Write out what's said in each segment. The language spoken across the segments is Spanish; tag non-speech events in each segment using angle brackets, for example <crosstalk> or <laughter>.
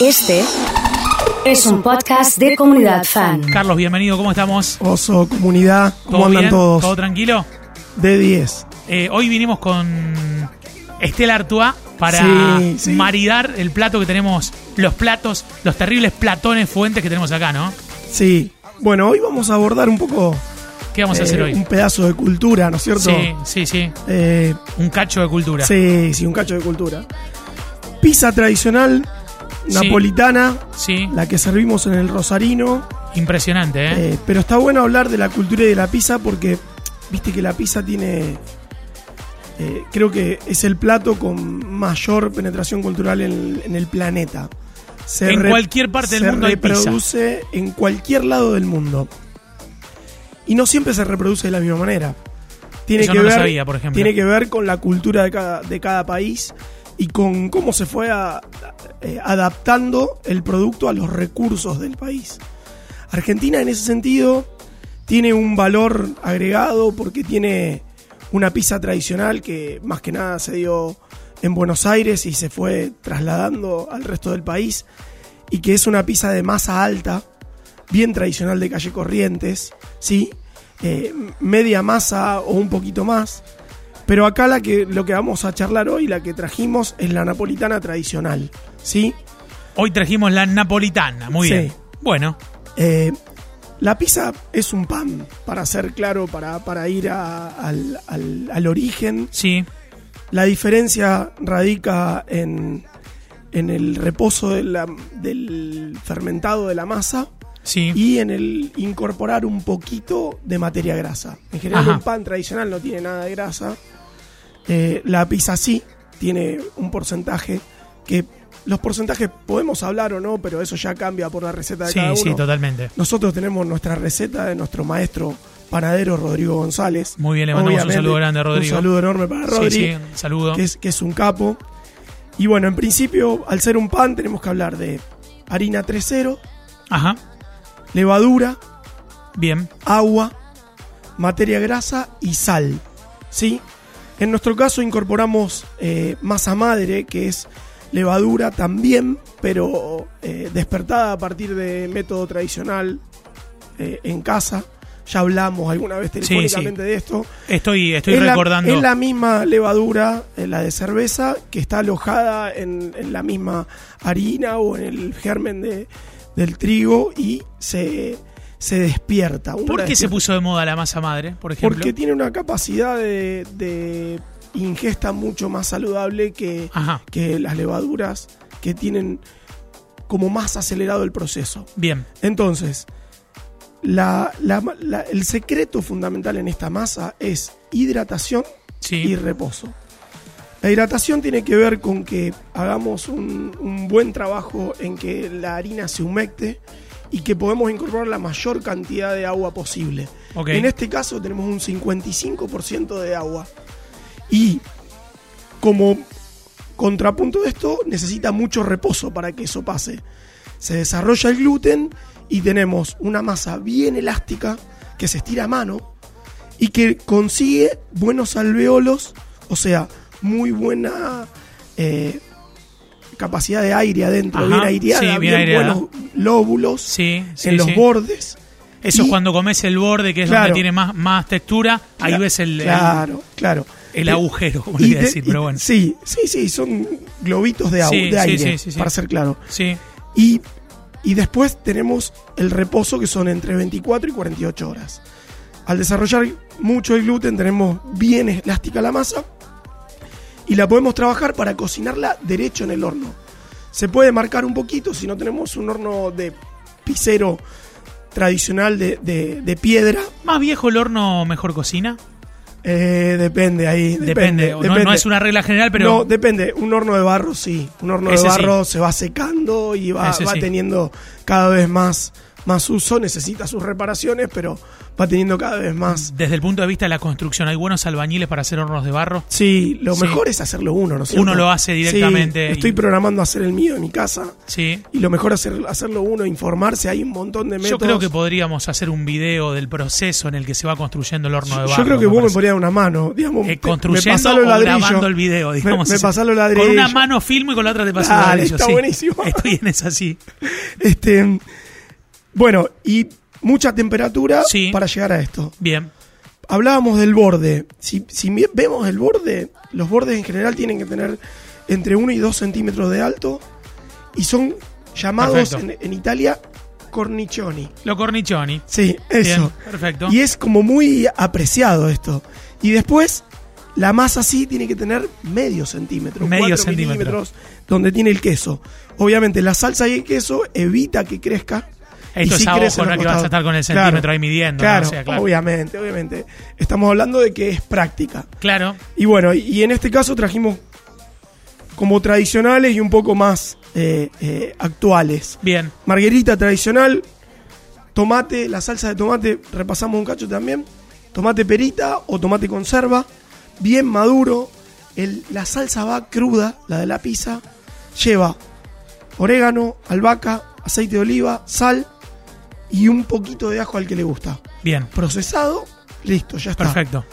Este es un podcast de comunidad fan. Carlos, bienvenido, ¿cómo estamos? Oso, comunidad, ¿cómo andan bien? todos? ¿Todo tranquilo? De 10. Eh, hoy vinimos con Estela Artois para Sí, sí. maridar el plato que tenemos, los platos, los terribles platones fuentes que tenemos acá, ¿no? Sí. Bueno, hoy vamos a abordar un poco ¿Qué vamos a eh, hacer hoy? un pedazo de cultura, ¿no es cierto? Sí, sí, sí. Eh, Un cacho de cultura. sí, sí, un cacho de cultura. Pizza tradicional Sí. napolitana, Sí, la que servimos en el Rosarino. impresionante, ¿eh? Eh, pero está bueno hablar de la cultura y de la pizza porque viste que la pizza tiene. eh, creo que es el plato con mayor penetración cultural en, el- en el planeta. Se En re- cualquier parte del mundo Se hay pizza. reproduce en cualquier lado del mundo. Y no siempre se reproduce de la misma manera. Tiene Eso que no lo ver, sabía, por ejemplo. Tiene que ver con la cultura de cada, de cada país y con cómo se fue a- eh, adaptando el producto a los recursos del país. Argentina en ese sentido tiene un valor agregado porque tiene una pizza tradicional que más que nada se dio en Buenos Aires y se fue trasladando al resto del país y que es una pizza de masa alta, bien tradicional de calle Corrientes, ¿sí? Eh, media masa o un poquito más. Pero acá la que, lo que vamos a charlar hoy, la que trajimos, es la napolitana tradicional, ¿sí? Hoy trajimos la napolitana, muy Sí. bien. Bueno, Eh, la pizza es un pan, para ser claro, para, para ir a- al, al- al origen. sí, La diferencia radica en, en el reposo de la- del fermentado de la masa sí. y en el incorporar un poquito de materia grasa. En general Ajá. un pan tradicional no tiene nada de grasa. Eh, la pizza sí tiene un porcentaje que los porcentajes podemos hablar o no, pero eso ya cambia por la receta de sí, cada uno. sí, totalmente. Nosotros tenemos nuestra receta de nuestro maestro panadero Rodrigo González. Muy bien, le mandamos un saludo grande a Rodrigo. Un saludo enorme para Sí, Rodrigo, sí, un saludo. que, es, que es un capo. Y bueno, en principio, al ser un pan, tenemos que hablar de harina 3.0, Ajá, levadura, bien. agua, materia grasa y sal. ¿Sí? En nuestro caso incorporamos eh, masa madre, que es levadura también, pero eh, despertada a partir de método tradicional eh, en casa. Ya hablamos alguna vez telefónicamente de esto. Estoy, estoy es recordando. La, es la misma levadura, eh, la de cerveza, que está alojada en, en la misma harina o en el germen de- del trigo y se, se despierta. Uno ¿Por la qué se despierta. puso de moda la masa madre, por ejemplo? Porque tiene una capacidad de, de ingesta mucho más saludable que, Ajá. que las levaduras que tienen como más acelerado el proceso. Bien, Entonces, la- la- la- el secreto fundamental en esta masa es hidratación sí. y reposo. La hidratación tiene que ver con que hagamos un, un buen trabajo en que la harina se humecte y que podemos incorporar la mayor cantidad de agua posible. Ok. En este caso tenemos un 55% de agua. Y como contrapunto de esto, necesita mucho reposo para que eso pase. Se desarrolla el gluten y tenemos una masa bien elástica que se estira a mano y que consigue buenos alveolos, o sea, muy buena eh, capacidad de aire adentro, Ajá, bien aireada, sí, bien bien, aireada. buenos lóbulos Sí, sí, en los sí. bordes. Eso es Y- cuando comes el borde, que es Claro. donde tiene más, más textura. Ahí ves el, el- Claro, claro. el Y- agujero, como le iba a te- decir, pero bueno. Sí, sí, sí, son globitos de, agua, Sí, sí, de aire, sí, sí, sí. para ser claro. Sí, Y, y después tenemos el reposo que son entre 24 y 48 horas. Al desarrollar mucho el gluten tenemos bien elástica la masa y la podemos trabajar para cocinarla derecho en el horno. Se puede marcar un poquito si no tenemos un horno de pisero tradicional de, de- de piedra. más viejo el horno, mejor cocina. Eh, depende ahí. Depende. Depende, No- No, depende. es una regla general, pero No, depende. Un horno de barro, sí. Un horno Ese de sí. barro se va secando y va, Ese va sí. teniendo cada vez más, Masuso necesita sus reparaciones, pero va teniendo cada vez más. Desde el punto de vista de la construcción, hay buenos albañiles para hacer hornos de barro. Sí, lo Sí. mejor es hacerlo uno, ¿no es cierto? Uno lo hace Sí, directamente estoy y- programando hacer el mío en mi casa. Sí. Y lo mejor es hacer- hacerlo uno, informarse. Hay un montón de Yo métodos. creo que podríamos hacer un video del proceso en el que se va construyendo el horno de barro. Yo creo que me vos me parece. podrías dar una mano, digamos. Eh, te- construyendo pasás los o ladrillos. grabando el video, digamos. Me, me así. pasás los ladrillos. Con una mano filmo y con la otra te paso los Dale, ladrillos, está sí. buenísimo. Estoy en esa, sí. Este, bueno, y mucha temperatura Sí. para llegar a esto. Bien. Hablábamos del borde. Si, si mi- vemos el borde, los bordes en general tienen que tener entre 1 y 2 centímetros de alto y son llamados en, Perfecto. en Italia cornicioni. Lo cornicioni. Sí, eso. Bien, perfecto. Y es como muy apreciado esto. Y después, la masa sí tiene que tener medio centímetro. Medio cuatro centímetro. milímetros donde tiene el queso. Obviamente, la salsa y el queso evita que crezca. y Esto es a crece ojo, en no los que vas a costados. estar con el Claro, centímetro ahí midiendo, ¿no? Claro, O sea, claro. obviamente, obviamente. Estamos hablando de que es práctica. Claro. Y bueno, y- y en este caso trajimos como tradicionales y un poco más eh, eh, actuales. Bien. Marguerita tradicional, tomate, la salsa de tomate, repasamos un cacho también. Tomate perita o tomate conserva, bien maduro. El- la salsa va cruda, la de la pizza. Lleva orégano, albahaca, aceite de oliva, sal y un poquito de ajo al que le gusta. Bien. Procesado, listo, ya está. Perfecto.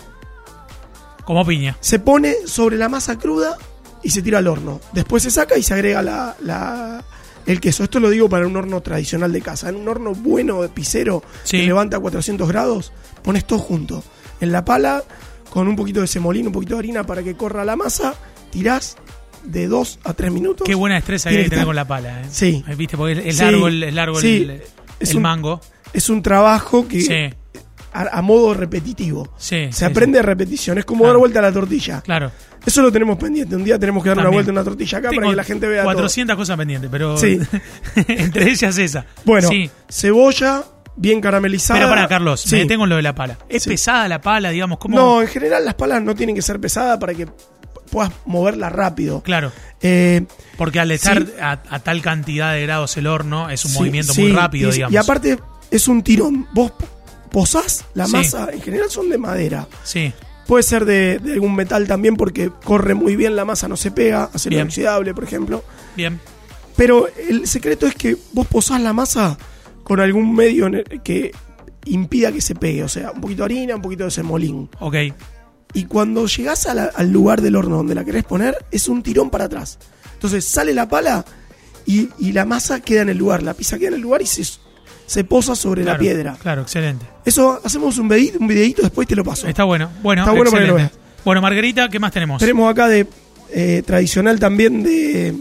Como piña. Se pone sobre la masa cruda y se tira al horno. Después se saca y se agrega la, la- el queso. Esto lo digo para un horno tradicional de casa. En un horno bueno de pisero Sí. que levanta a 400 grados, pones todo junto. En la pala, con un poquito de semolino, un poquito de harina para que corra la masa, tirás de 2 a 3 minutos. Qué buena destreza que Tiene hay que que tener estar- con la pala, ¿eh? Sí. Viste, porque es- es Sí, largo el, es largo sí, el, es el un- mango. Es un trabajo que Sí. a, a modo repetitivo. Sí, se sí, aprende a repetición. Es como Claro. dar vuelta a la tortilla. Claro. Eso lo tenemos pendiente. Un día tenemos que dar una También. vuelta a una tortilla acá para Tengo que la gente vea. todo. 400 cosas pendientes, pero Sí. <laughs> entre ellas esa. Bueno, Sí. cebolla bien caramelizada. Pero para Carlos, Sí. me detengo en lo de la pala. ¿Es Sí. pesada la pala, digamos? ¿Cómo? No, en general las palas no tienen que ser pesadas para que p- puedas moverla rápido. Claro, Eh, porque al estar Sí. a, a tal cantidad de grados el horno es un sí, movimiento sí, muy rápido, y, digamos. Y aparte es un tirón. Vos p- posás la Sí. masa, en general son de madera. Sí, Puede ser de, de algún metal también porque corre muy bien la masa, no se pega, acero Bien. inoxidable, por ejemplo. bien. Pero el secreto es que vos posás la masa con algún medio en el que impida que se pegue, o sea, un poquito de harina, un poquito de semolín. Ok, Y cuando llegás a la- al lugar del horno donde la querés poner, es un tirón para atrás. Entonces sale la pala y, y la masa queda en el lugar, la pizza queda en el lugar y se, se posa sobre claro, la piedra. Claro, excelente. Eso hacemos un videito, un videíto, después te lo paso. Está bueno, bueno, Está bueno para que excelente. lo Bueno, Margarita, ¿qué más tenemos? Tenemos acá de eh, tradicional también de.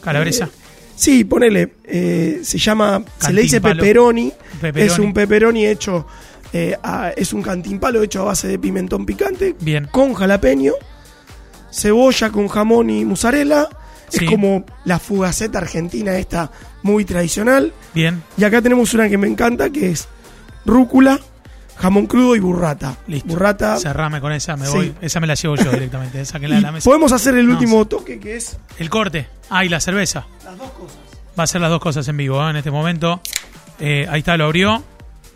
Calabresa. eh, sí, ponele. eh, se llama. Se le dice Cantimpalo. pepperoni. Pepperoni. Es un pepperoni hecho. eh, a- es un cantimpalo hecho a base de pimentón picante. Bien. Con jalapeño. Cebolla con jamón y mozzarella. Sí. Es como la fugaceta argentina, esta muy tradicional. Bien, Y acá tenemos una que me encanta que es rúcula, jamón crudo y burrata. listo. Burrata. Cerrame con esa, me Sí. voy. Esa me la llevo yo directamente. Sáquenla de la Y mesa. Podemos hacer el No, último toque que es El corte. Ah, y la cerveza. las dos cosas. Va a ser las dos cosas en vivo ¿eh? en este momento. Eh, ahí está, lo abrió.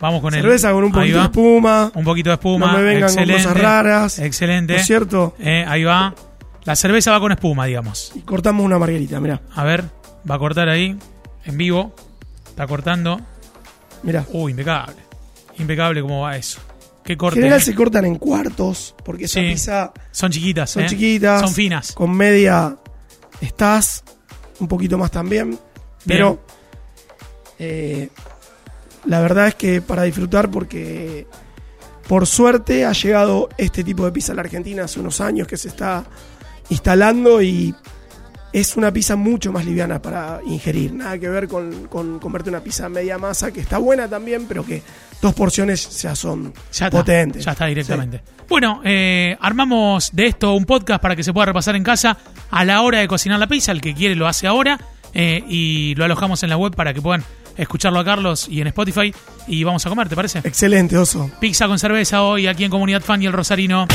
Vamos con Cerveza el. con un ahí poquito va. de espuma. Un poquito de espuma. No me vengan con excelente, cosas raras. Excelente. ¿No es cierto? Eh, ahí va. La cerveza va con espuma, digamos. Y cortamos una margarita, mirá, A ver, va a cortar ahí, en vivo. Está cortando. mirá. Uy, impecable. Impecable cómo va eso. Qué En corte. general eh. se cortan en cuartos, porque esa Sí. pizza Son chiquitas. son eh. chiquitas. Son finas. Con media estás, un poquito más también. Pero eh, la verdad es que para disfrutar, porque por suerte ha llegado este tipo de pizza a la Argentina hace unos años que se está instalando y es una pizza mucho más liviana para ingerir. Nada que ver con, con comerte una pizza media masa, que está buena también, pero que dos porciones ya son Ya está, potentes. Ya está directamente. Bueno, eh, armamos de esto un podcast para que se pueda repasar en casa a la hora de cocinar la pizza. El que quiere lo hace ahora eh, y lo alojamos en la web para que puedan escucharlo a Carlos y en Spotify. Y vamos a comer, ¿te parece? Sí. Excelente, Oso. Pizza con cerveza hoy aquí en Comunidad Fan y el Rosarino.